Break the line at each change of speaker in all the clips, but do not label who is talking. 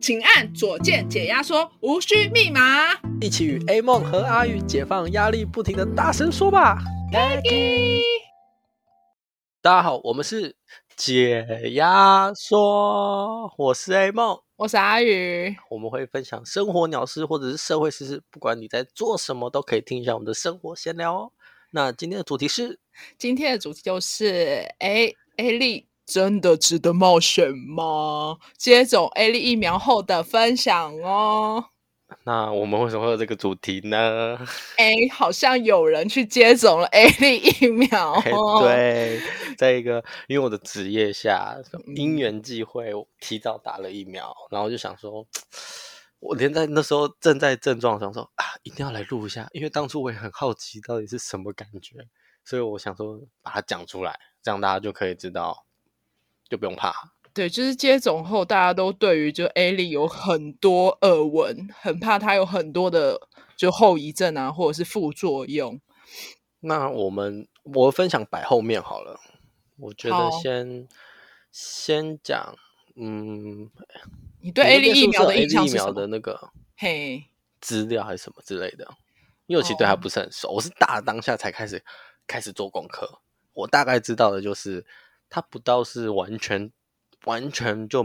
请按左键解压缩，无需密码。
一起与 A 梦和阿宇解放压力，不停的大声说吧！大家好，我们是解压说，我是 A 梦，
我是阿宇，
我们会分享生活鸟事或者是社会时事，不管你在做什么，都可以听一下我们的生活闲聊哦。那今天的主题是，
今天的主题就是：哎，a 丽真的值得冒险吗？接种 A 丽疫苗后的分享哦。
那我们为什么会有这个主题呢？
哎，好像有人去接种了 A 丽疫苗
哎
哦。，
对，在一个因为我的职业下，因
嗯
缘际会，我提早打了疫苗，然后就想说，我连在那时候正在症状上说啊，一定要来录一下，因为当初我也很好奇到底是什么感觉，所以我想说把它讲出来，这样大家就可以知道，就不用怕。
对，就是接种后，大家都对于就 A 莉有很多耳闻，很怕她有很多的就后遗症啊，或者是副作用。
那我们我分享摆后面好了，我觉得
好
先先讲，嗯，
你对
你
A
那
莉
边
疫
是不
苗
是
的
有 A
印象
疫
是什
苗
么？
的那个
嘿，
资料还是什么之类的，因为我其实
哦
对它不是很熟，我是打了当下才开始开始做功课。我大概知道的就是，它不到是完全完全就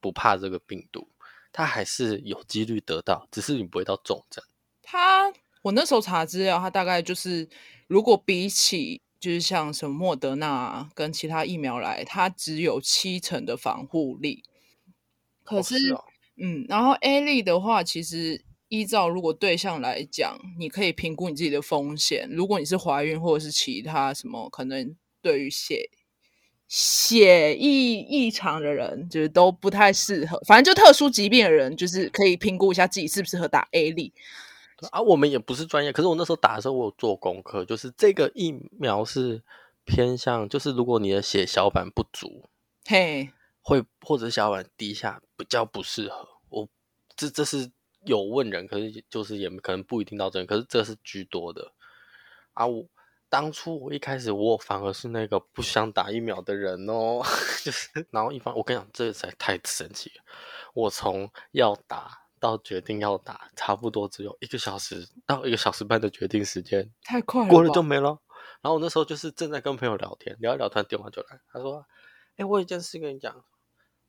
不怕这个病毒，它还是有几率得到，只是你不会到重症。
他我那时候查资料，他大概就是如果比起就是像什么莫德纳啊跟其他疫苗来，它只有七成的防护力。可
哦
是，
是哦
嗯，然后 A 类的话，其实依照如果对象来讲，你可以评估你自己的风险。如果你是怀孕或者是其他什么可能对于血血液异常的人，就是都不太适合。反正就特殊疾病的人，就是可以评估一下自己适不适合打 A 类。
对啊，我们也不是专业，可是我那时候打的时候，我有做功课，就是这个疫苗是偏向，就是如果你的血小板不足，
嘿，
会或者小碗低下比较不适合。我这这是有问人，可是就是也可能不一定到这里，可是这是居多的啊。我当初我一开始我反而是那个不想打疫苗的人哦， 就是然后一方我跟你讲，这实在太神奇了。我从要打到决定要打，差不多只有一个小时到一个小时半的决定时间，
太快了吧，
过了就没了。然后我那时候就是正在跟朋友聊天，聊一聊，突然电话就来，他说：“哎、我有一件事跟你讲，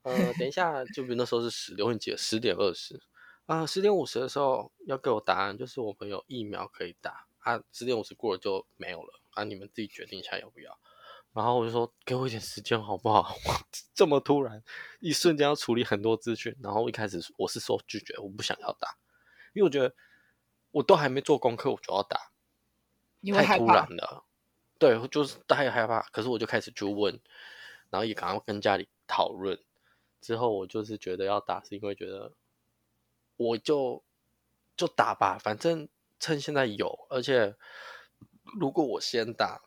呃，等一下，就比如那时候是十，我很记得十点二十，啊，十点五十的时候要给我答案，就是我们有疫苗可以打啊，十点五十过了就没有了啊，你们自己决定一下要不要。”然后我就说：“给我一点时间好不好？ 我这么突然，一瞬间要处理很多资讯。”然后一开始我是说拒绝，我不想要打，因为我觉得我都还没做功课，我就要打。
因为
太
害
突
怕
然，了，对，就是太害怕。可是我就开始去问，然后也赶快跟家里讨论。之后我就是觉得要打，是因为觉得我就就打吧，反正趁现在有，而且如果我先打，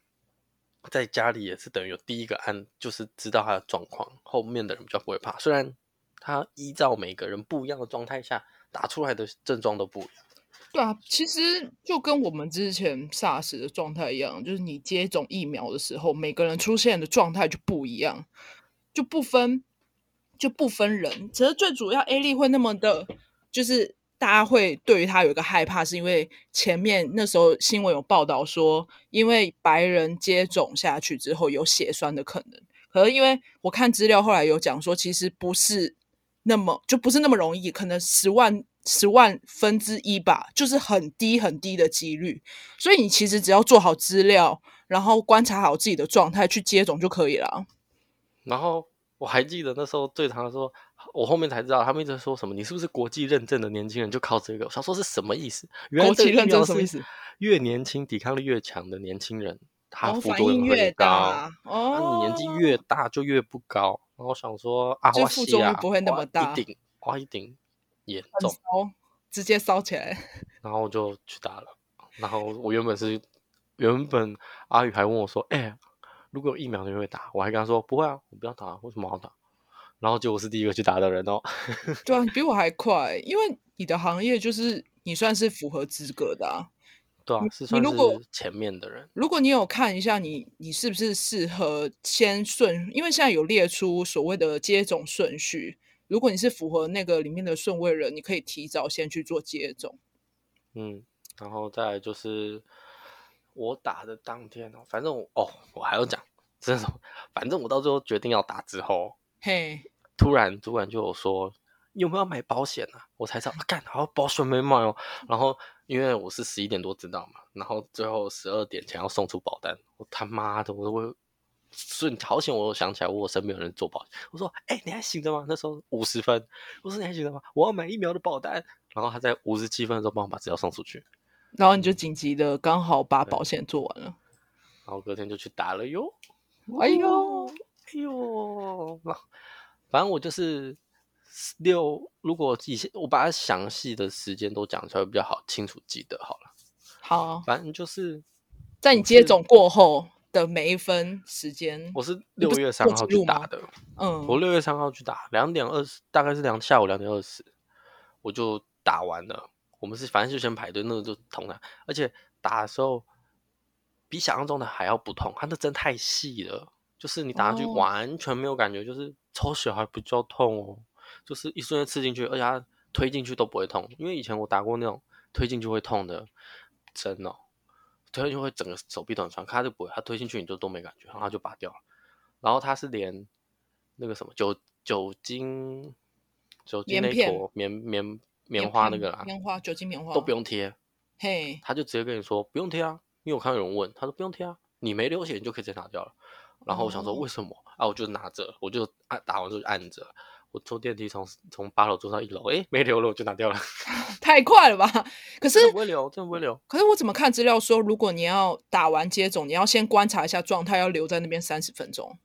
在家里也是等于有第一个案，就是知道他的状况，后面的人比较不会怕。虽然他依照每个人不一样的状态下打出来的症状都不一样。
对啊，其实就跟我们之前 SARS 的状态一样，就是你接种疫苗的时候，每个人出现的状态就不一样，就不分就不分人。其实最主要 A 力会那么的，就是大家会对于他有一个害怕，是因为前面那时候新闻有报道说，因为白人接种下去之后有血栓的可能。可是因为我看资料后来有讲说，其实不是那么就不是那么容易，可能十万十万分之一吧，就是很低很低的几率。所以你其实只要做好资料，然后观察好自己的状态去接种就可以了。
然后我还记得那时候最常说，我后面才知道他们一直说什么，你是不是国际认证的年轻人就靠这个？我想说是什么意思？原来
国
这
际
个疫
认证
苗
什么意
是
思
越年轻抵抗力越强的年轻人，他
哦
副
反
作
应
用
越
会高
大。
那、
哦，
你年纪越大就越不高。然后想说啊，
就
我
副
是
作用
啊
不会那
我
么大
一定，哇一定严
很
重。
烧，直接烧起来。
然后我就去打了。然后我原本是原本阿宇还问我说：“哎、如果有疫苗你会不会打？”我还跟他说：“不会啊，我不要打，为什么要打？”然后结果我是第一个去打的人哦。
对啊，你比我还快，因为你的行业就是你算是符合资格的啊。
对啊
你，
是
你
算
如果
是前面的人。
如果你有看一下你你是不是适合先顺，因为现在有列出所谓的接种顺序，如果你是符合那个里面的顺位人，你可以提早先去做接种。
嗯，然后再来就是我打的当天哦，反正我哦，我还要讲，真的，反正我到最后决定要打之后，
嘿，
突然主管就有说你有没有要买保险啊？我才知道，啊干、好像保险没买哦。 然后因为我是十一点多知道嘛，然后最后十二点前要送出保单，我他妈的，我都会。瞬好险！我有想起来，我有身边有人做保险。我说：“哎、你还醒着吗？”那时候五十分，我说：“你还醒着吗？我要买疫苗的保单。”然后他在五十七分的时候帮我把资料送出去，
然后你就紧急的刚好把保险做完了。
然后隔天就去打了哟。
哎呦，
哎呦，那反正我就是六，如果以前我把它详细的时间都讲出来比较好清楚记得好了。
好，
反正就是
在你接种过后的每一分时间，
我是
你
六
不是
月三
过
号
记录
去打
吗
的，
嗯，
我六月三号去打，两点二十，大概是两下午两点二十，我就打完了。我们是反正就先排队，那个就痛了，而且打的时候比想象中的还要不痛，它那针太细了，就是你打下去
哦
完全没有感觉，就是抽血还比较痛哦，就是一瞬间刺进去，而且它推进去都不会痛，因为以前我打过那种推进去会痛的针哦，推进去会整个手臂都很酸，可它就不会，它推进去你就都没感觉，然后它就拔掉了。然后它是连那个什么酒酒精酒精
棉
那
片
坨棉棉棉花那
片
个啦，
棉花酒精棉花
都不用贴，
嘿，
他就直接跟你说不用贴啊，因为我看到有人问，他说不用贴啊，你没流血你就可以直接拿掉了。然后我想说
哦
为什么、啊？我就拿着，我就按打完就按着，我坐电梯从从八楼坐到一楼，诶，没流了我就拿掉了，
太快了吧？可是
真的不会流，真的不会流。
可是我怎么看资料说，如果你要打完接种，你要先观察一下状态，要留在那边三十分钟。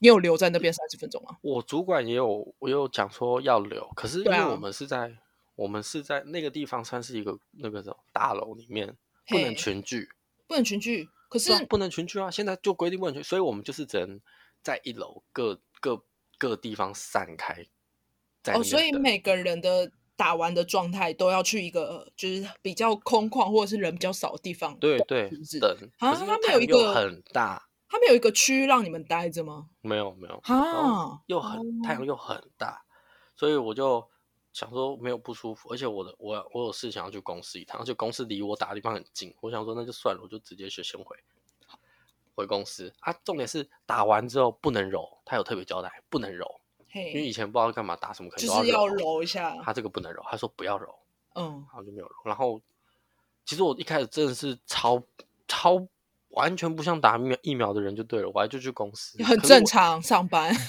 你有留在那边
嗯
三十分钟吗？
我主管也有，我有讲说要留，可是因
对
为
啊
我们是在、我们是在那个地方算是一个那个什么大楼里面，不
嘿
能群聚，
不能群聚。可是
对啊不能群聚啊！现在就规定不能群，所以我们就是只能在一楼各各各地方散开。在
哦，
那边
所以
等
每个人的打完的状态都要去一个就是比较空旷或者是人比较少的地方。
对，对
是不是
等，
啊
可是因
他
为
们有
太阳
一
又
个
很大，
他们有一个区让你们待着吗？
没有没有，然后
啊，
又很太阳又很大，所以我就想说没有不舒服，而且我的我我有事想要去公司一趟，而且公司离我打的地方很近，我想说那就算了，我就直接学先回回公司啊。重点是打完之后不能揉，他有特别交代不能揉，因为
嘿，
以前不知道干嘛打什么，可能
就
都
是要
揉
揉一下。
他这个不能揉，他说不要揉，
嗯
然，后就没有揉。然后其实我一开始真的是超超完全不像打疫苗疫苗的人就对了，我还就去公司，
很
嗯可是
正
我，
常上班。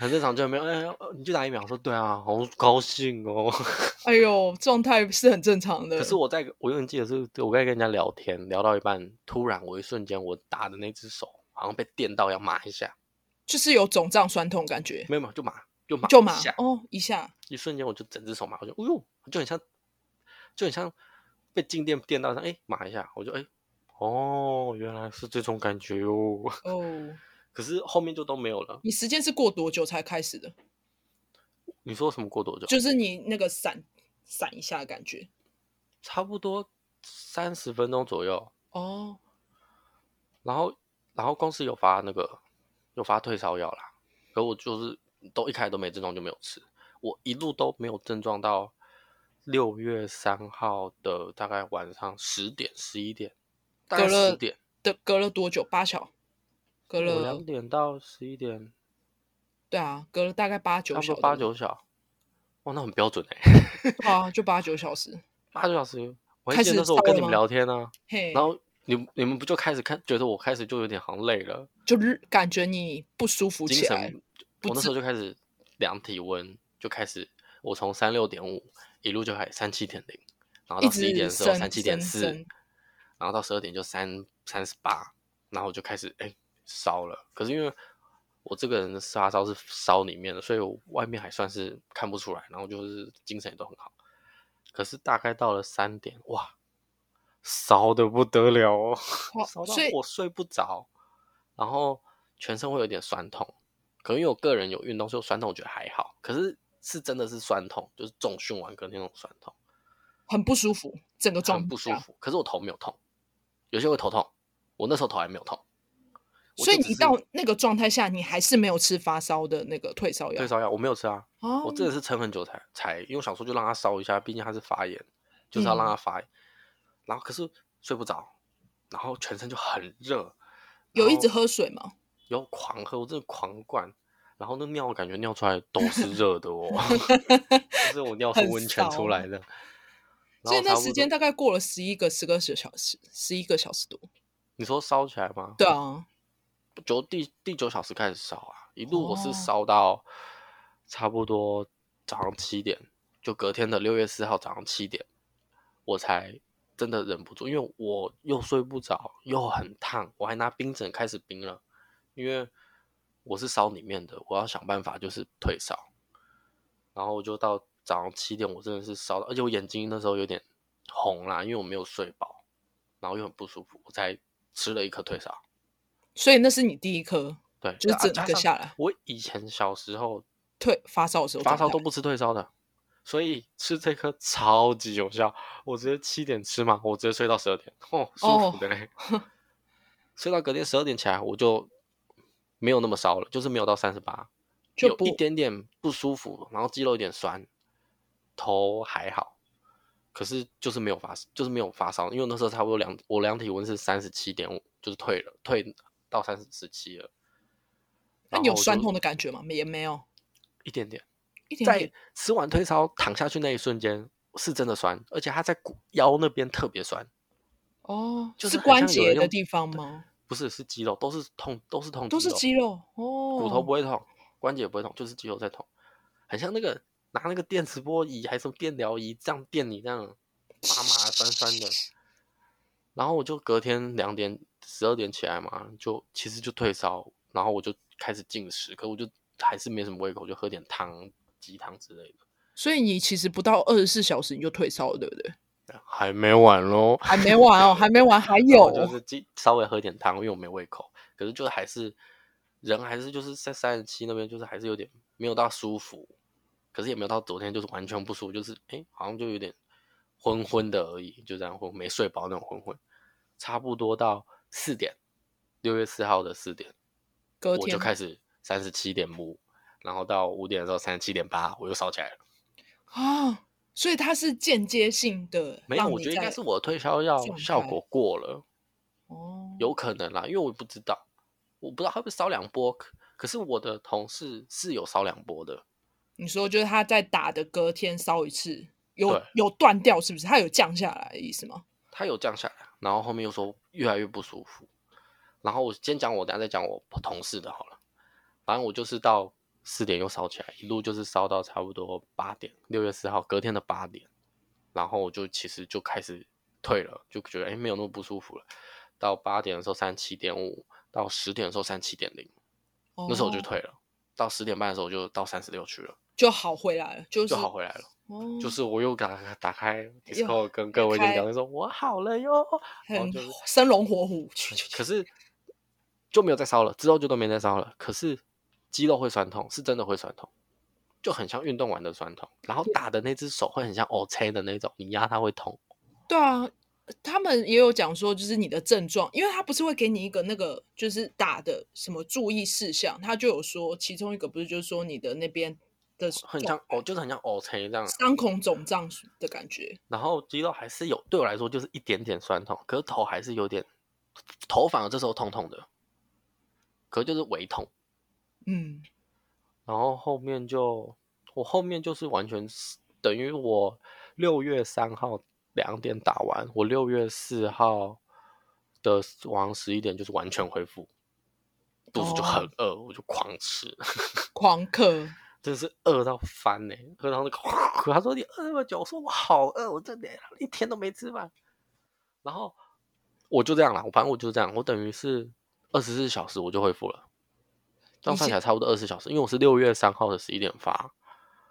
很正常，就没有哎、呃你去打疫苗，我说对啊，好高兴哦。
哎呦，状态是很正常的。
可是我在我永远记得是，我在跟人家聊天，聊到一半，突然我一瞬间我打的那只手好像被电到要麻一下，
就是有肿胀酸痛感觉，
没有没有就麻就麻
就
一
麻
下
哦一下。
一瞬间我就整只手麻，我就哎呦，就很像，就很像被静电电到，像哎麻一下，我就哎哦，原来是这种感觉哟。
哦，
可是后面就都没有了。
你时间是过多久才开始的？
你说什么过多久？
就是你那个闪闪一下的感觉。
差不多三十分钟左右。
哦，
然后，然后公司有发那个有发退烧药啦，可我就是都一开始都没症状就没有吃，我一路都没有症状到六月三号的大概晚上十点十一点，大概
隔了
十点，
的隔了多久？八小，隔
我
了
两点到十一点，
对啊，隔了大概八九
差不
小
多
时，
八九小，哇，那很标准哎、
对啊，就八九小时。
八九小时。我还
开
记得那
始
时候我
烧
跟
了
你们
吗
聊天啊，
嘿，
然后你你们不就开始看，觉得我开始就有点好像累了，
就是感觉你不舒服
精
起来，
神，我那时候就开始量体温，就开始我从三六点五一路就开始三七点零，然后
一
到十一点
直
的时候三
升
七点
升
四，
升。
然后到十二点就三三十八，然后我就开始哎烧了。可是因为我这个人的发烧是烧里面的，所以我外面还算是看不出来，然后就是精神也都很好。可是大概到了三点，哇，烧的不得了哦，
哇
烧到
所以
我睡不着，然后全身会有点酸痛。可能因为我个人有运动，所以我酸痛我觉得还好。可是是真的是酸痛，就是重训完隔天那种酸痛。
很不舒服，整个状
很
态啊
不舒。服，可是我头没有痛，有些会头痛，我那时候头还没有痛，我
所以
就只
你
是
到那个状态下，你还是没有吃发烧的那个退烧药
退。烧药我没有吃啊，
哦
我真的是撑很久才才，因为我想说就让它烧一下，毕竟它是发炎，就是
嗯
要让它发炎。然后可是睡不着，然后全身就很热，
有一
然
直
后
喝水吗？
有狂喝，我真的狂灌，然后那尿感觉尿出来都 是热的哦，就是我尿是
很
温泉出
骚
来的。然
所以
后
那
差不
时间大
多
概过了十一个、十个小时，十一个小时多。
你说烧起来吗？
对啊，
九第第九小时开始烧啊，一路我
哦
是烧到差不多早上七点，就隔天的六月四号早上七点，我才真的忍不住，因为我又睡不着，又很烫，我还拿冰枕开始冰了，因为我是烧里面的，我要想办法就是退烧，然后我就到早上七点，我真的是烧到，而且我眼睛那时候有点红啦，因为我没有睡饱，然后又很不舒服，我才吃了一颗退烧。
所以那是你第一颗
对，
就是
啊
整
加
个
上
下来
我以前小时候
退发烧的时候状
发
态，
烧都不吃退烧的，所以吃这颗超级有效。我直接七点吃嘛，我直接睡到十二点，哦，舒
哦
服的嘞。睡到隔天十二点起来，我就没有那么烧了，就是没有到三十八，
就
有一
不
点点不舒服，然后肌肉有点酸，头还好。可是就是没有发，就是没有发烧，因为我那时候差不多量我量体温是三十七点五，就是退了，退到三十七了。
那
然
你有
后我
酸
就
痛的感觉吗？没也没有，
一点点，
一点
在
点。
吃完退烧躺下去那一瞬间是真的酸，而且它在骨腰那边特别酸，
哦，
就是是很
关
像有
节
人
的
用
地方吗？
不是是肌肉，都是痛，都是痛，
都是肌，肉哦，
骨头不会痛，关节也不会痛，就是肌肉在痛，很像那个拿那个电磁波仪还是什么电疗仪这样电你这 样，麻麻的酸酸的。然后我就隔天两点十二点起来嘛，就其实就退烧，然后我就开始进食，可我就还是没什么胃口，就喝点汤、鸡汤之类的。
所以你其实不到二十四小时你就退烧了，对不对？
还没完喽，
还 没完哦，还没完，还有
我就是鸡稍微喝点汤，因为我没胃口。可是就是还是人还是就是在三十七那边，就是还是有点没有到舒服，可是也没有到昨天就是完全不舒服，就是哎、诶好像就有点昏昏的而已，就这样昏没睡饱那种昏昏。差不多到四点，六月四号的四点，
隔
我就
哦天
开始三十七点五，然后到五点的时候三十七点八，我又烧起来了。
啊，所以它是间接性的，
没有，
让
我
你
觉得应该
在
是我的退烧药
状
效
态
果过了。
哦，
有可能啦，因为我不知道，我不知道会不会烧两波。可可是我的同事是有烧两波的，
你说就是他在打的隔天烧一次，有
对
有断掉是不是？它有降下来的意思吗？
他有降下来，然后后面又说越来越不舒服。然后我先讲我，等下再讲我同事的好了。反正我就是到四点又烧起来，一路就是烧到差不多八点，六月四号隔天的八点，然后我就其实就开始退了，就觉得哎没有那么不舒服了。到八点的时候三七点五，到十点的时候三七点零，那时候我就
哦
退了。到十点半的时候我就到三十六去了。
就好回来了，就是
就好回来了。
哦，
就是我又打打 开
又
Discord 跟各位
开
讲，就说我好了 哟。然后
很
就是
生龙活虎，
可是就没有再烧了，之后就都没再烧了。可是肌肉会酸痛，是真的会酸痛，就很像运动完的酸痛。然
嗯
后打的那只手会很像 O C 的那种，你压它会痛。
对啊，他们也有讲说，就是你的症状，因为他不是会给你一个那个就是打的什么注意事项，他就有说其中一个不是就是说你的那边的
很
肿
像哦，就是很像 O C 这样，
伤口肿胀的感觉，
然后肌肉还是有，对我来说就是一点点酸痛，可是头还是有点，头反而这时候痛痛的，可是就是微痛，
嗯，
然后后面就我后面就是完全是等于我六月三号两点打完，我六月四号的晚上十一点就是完全恢复，肚子就很饿，我就狂吃，
狂咳，
真的是饿到翻呢、饿到那个，他说你饿那么久，我说我好饿，我真的一天都没吃饭，然后我就这样啦，我反正我就这样，我等于是二十四小时我就恢复了。这样
你
算
是
起来差不多二十小时，因为我是六月三号的十一点发，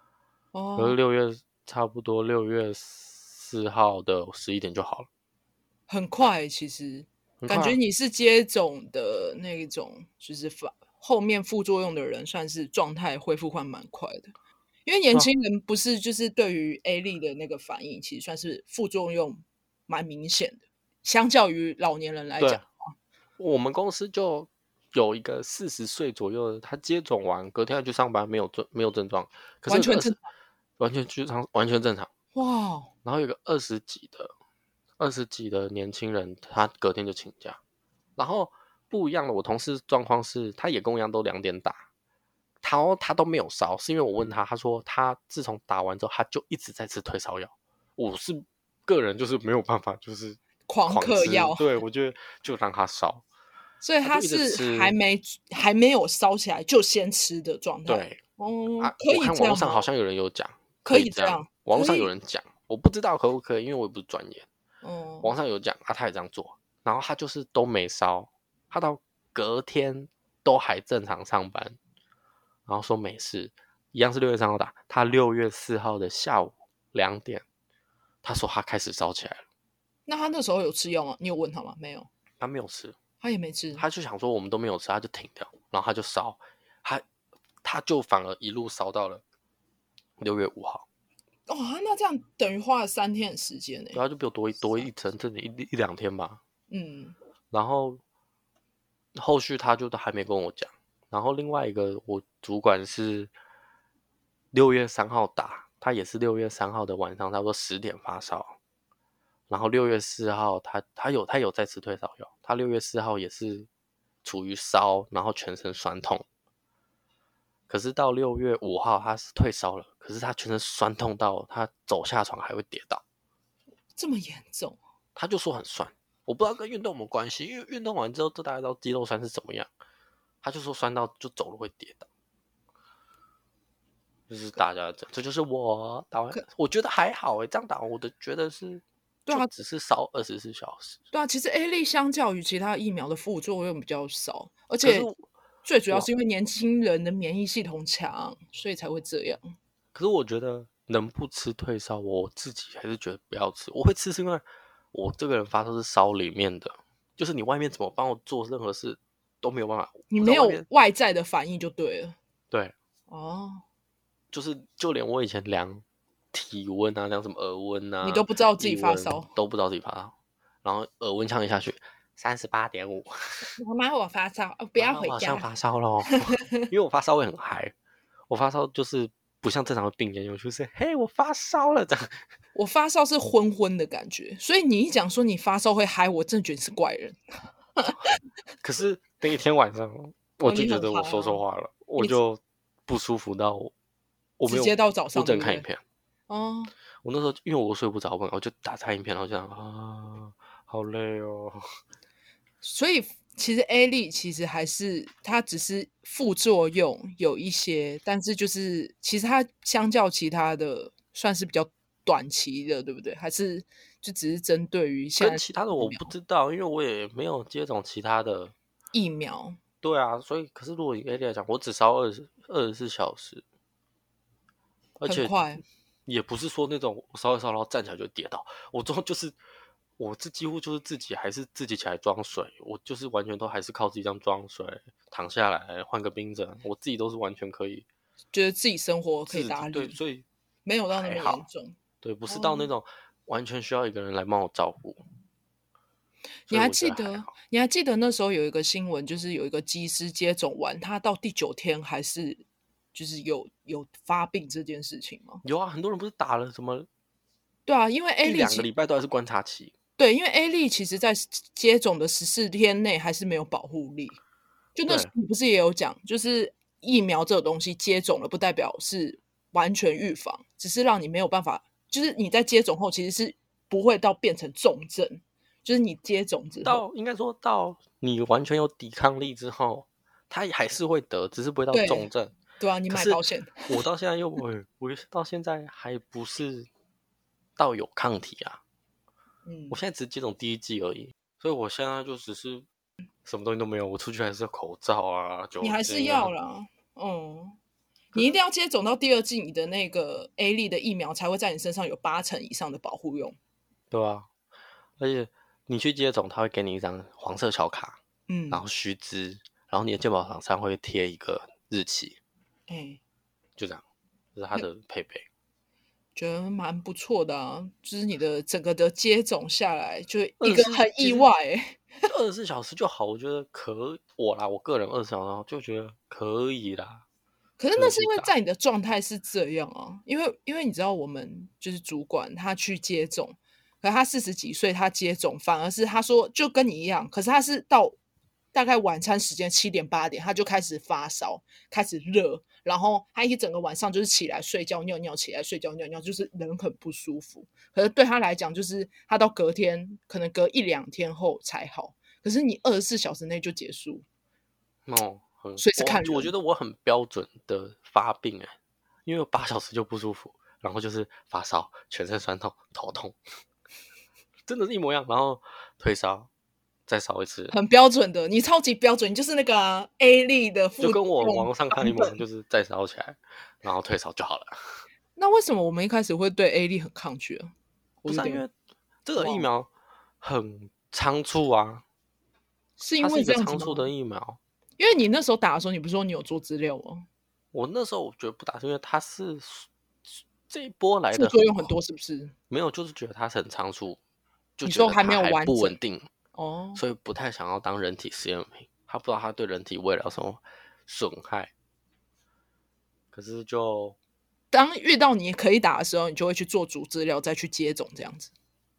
可是
哦，
六月差不多六月四号的十一点就好了，
很快欸其实
很
感
快
觉
啊
你是接种的那一种，就是反后面副作用的人，算是状态恢复还蛮快的。因为年
啊
轻人不是就是对于 A 粒的那个反应，其实算是副作用蛮明显的，相较于老年人来
对
讲，，
我们公司就有一个四十岁左右的，他接种完隔天要去上班，没有症没有症状，可是
完
有个
全
20
正
完全正常，完全正常。
哇，哦
然后有个二十几的，二十几的年轻人，他隔天就请假。然后不一样的，我同事状况是，他也跟我一样都两点打，他哦他都没有烧，是因为我问他，他说他自从打完之后，他就一直在吃退烧药。我是个人就是没有办法，就是
狂嗑
吃
药
对我觉得就让他烧。
所以
他
他
就一直
是
吃
还没还没有烧起来就先吃的状态。，
对，
哦，
啊，
嗯可以
我看
这
网络
样
上
吗
好像有人有讲，
可以这
这样
样，
网络
可
上有
以
人讲，我不知道可不可以，因为我也不是专业。
哦，
网上有讲啊，他也这样做，然后他就是都没烧，他到隔天都还正常上班，然后说没事，一样是六月三号打，他六月四号的下午两点，他说他开始烧起来了，
那他那时候有吃药吗？你有问他吗？没有，
他没有吃，
他也没吃。
他就想说我们都没有吃，他就停掉，然后他就烧，他他就反而一路烧到了六月五号，
哦，那这样等于花了三天的时间呢、
对，他啊就比我多一多一整整一一两天吧，
嗯，
然后后续他就都还没跟我讲。然后另外一个我主管是六月三号打，他也是六月三号的晚上，差不多十点发烧。然后六月四号他他有他有在吃退烧药，他六月四号也是处于烧，然后全身酸痛。可是到六月五号他是退烧了，可是他全身酸痛到他走下床还会跌倒。
这么严重，啊
他就说很酸，我不知道跟运动有没有关系，因为运动完之后都大家知道肌肉酸是怎么样，他就说酸到就走路会跌倒，就是大家这这就是我打完
可，
我觉得还好欸诶、这样打完我的觉得是，
对啊
就只是烧二十四小时，
对啊，其实 A 类相较于其他疫苗的副作用比较少，而
可
且
是我
最主要
哇
是因为年轻人的免疫系统强，所以才会这样。
可是我觉得能不吃退烧，我自己还是觉得不要吃。我会吃是因为我这个人发烧是烧里面的，就是你外面怎么帮我做任何事都没有办法，
你
我
没
在外
有
面
外在的反应就对了。
对。
哦，
就是就连我以前量体温啊，量什么额温啊，
你都不知道自己
腋
发
温
烧
都不知道自己发烧，然后额温呛一下去三十八点五，
我妈我发烧，哦不要
啊
回
我好
家
像。发烧咯， 因为我发烧会很嗨，我发烧就是不像正常的病人，有就是嘿我发烧了这样，
我发烧是昏昏的感觉，所以你一讲说你发烧会嗨，我真的觉得你是怪人。
可是那一天晚上我
哦
就
你
觉
很
得我
嗨
说错
哦
话了，我
你直
就不舒服到我我没
直
有
接到早上
我只
对
能
不
看影
对
片。
哦，
我那时候因为我睡不着，我就打开影片，然后就想啊，好累哦。
所以其实 A 力其实还是它只是副作用有一些，但是就是其实它相较其他的算是比较短期的，对不对？还是就只是针对于现在
跟其他的我不知道，因为我也没有接种其他的。
疫苗
对啊，所以可是如果以 A 来讲，我只烧二十二十四小时，而
很
且
快
也不是说那种我烧一烧然后站起来就跌倒，我最后就是我这几乎就是自己还是自己起来装水，我就是完全都还是靠自己这样装水，躺下来换个冰枕，我自己都是完全可以
觉得自己生活可以
自
打
对，
理，
所以
没有到那么
还
严
好
重。
对，不是到那
哦
种完全需要一个人来帮我照顾。所
你
以
还
我觉
记
还
得
好？
你还记得那时候有一个新闻，就是有一个机师接种完，他到第九天还是就是有有发病这件事情吗？
有啊，很多人不是打了什么
对啊，因为 A
一
力
两个
其
礼拜都还是观察期，
对，因为 A 力其实在接种的十四天内还是没有保护力。就那时
对
候你不是也有讲，就是疫苗这个东西接种了不代表是完全预防，只是让你没有办法，就是你在接种后其实是不会到变成重症，就是你接种之后，
到应该说到你完全有抵抗力之后，他也还是会得，只是不会到
对
重症。
对啊，你
可
买
是
保险，
我到现在又我我到现在还不是到有抗体啊，
嗯
我，现在只接种第一剂而已，所以我现在就只是什么东西都没有，我出去还是要口罩啊，酒
你还是
精啊
要啦，嗯，你一定要接种到第二季，你的那个 A 力的疫苗才会在你身上有八成以上的保护用，
对啊，而且你去接种，他会给你一张黄色小卡，
嗯，
然后须知，然后你的健保卡上会贴一个日期，
哎、
就这样，这是他的配备。
觉得蛮不错的啊，就是你的整个的接种下来，就一个
24
很
嗯其
意
实
外、欸。
二十四小时就好，我觉得可我啦，我个人二十小时就觉得可以啦。
可是
可
那
能
是
不
因为
打
在你的状态是这样啊，因为因为你知道我们就是主管他去接种，可他四十几岁他接种，反而是他说就跟你一样，可是他是到大概晚餐时间七点八点他就开始发烧，开始热，然后他一整个晚上就是起来睡觉尿尿，起来睡觉尿尿，就是人很不舒服。可是对他来讲，就是他到隔天可能隔一两天后才好，可是你二十四小时内就结束，
哦，很
所以是
我
看
我
人
觉得我很标准的发病哎、因为我八小时就不舒服，然后就是发烧、全身酸痛、头痛， 真的是一模一样。然后退烧，再烧一次，
很标准的，你超级标准，你就是那个啊、A 粒的副
就跟我
作用
网络上看
版
一模一
本
样，就是再烧起来，然后退烧就好了。
那为什么我们一开始会对 A 粒很抗拒啊？
不
有
是啊、因
点
为这个
哇
疫苗很仓促啊，
是因
它是
为
一
这
个
样
仓
子
促
吗？
的疫苗。
因为你那时候打的时候，你不是说你有做资料吗？
我那时候我觉得不打，是因为它是这一波来
副
的啊
作用很多，是不是？
没有，就是觉得它是很仓促，就
你
觉
说
得
还
它
没有完
不稳
整
定，
哦，
所以不太想要当人体实验品。他不知道他对人体未来有什么损害，可是就
当遇到你可以打的时候，你就会去做主资料，再去接种这样子。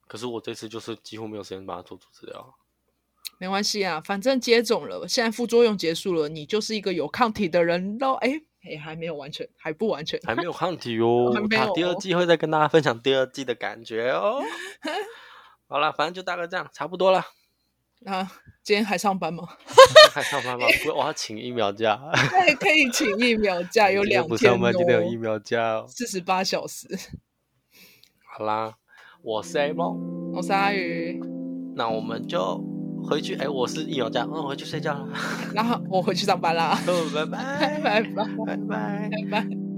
可是我这次就是几乎没有时间把它做出治疗。
没关系啊，反正接种了，现在副作用结束了，你就是一个有抗体的人喽。哎、哎，还没有完全，还不完全。
还没有抗体 哦
还，没
他
有
第二
哦
季会再跟大家分享第二季的感觉 哦。好了，反正就大概这样，差不多了。
那今天还上班吗？
还上班吗？不会，我要请疫苗假。
对，可以请疫 苗假，有
今天
两
不
天
上班，今天有疫
哦，
苗假哦。
四十八小时。
好啦，我是 A 梦。
我是阿鱼，
那我们就回去。哎，我是疫苗假，那我回去睡觉了。
然后我回去上班啦，
拜拜，
拜拜，
拜拜。
拜拜。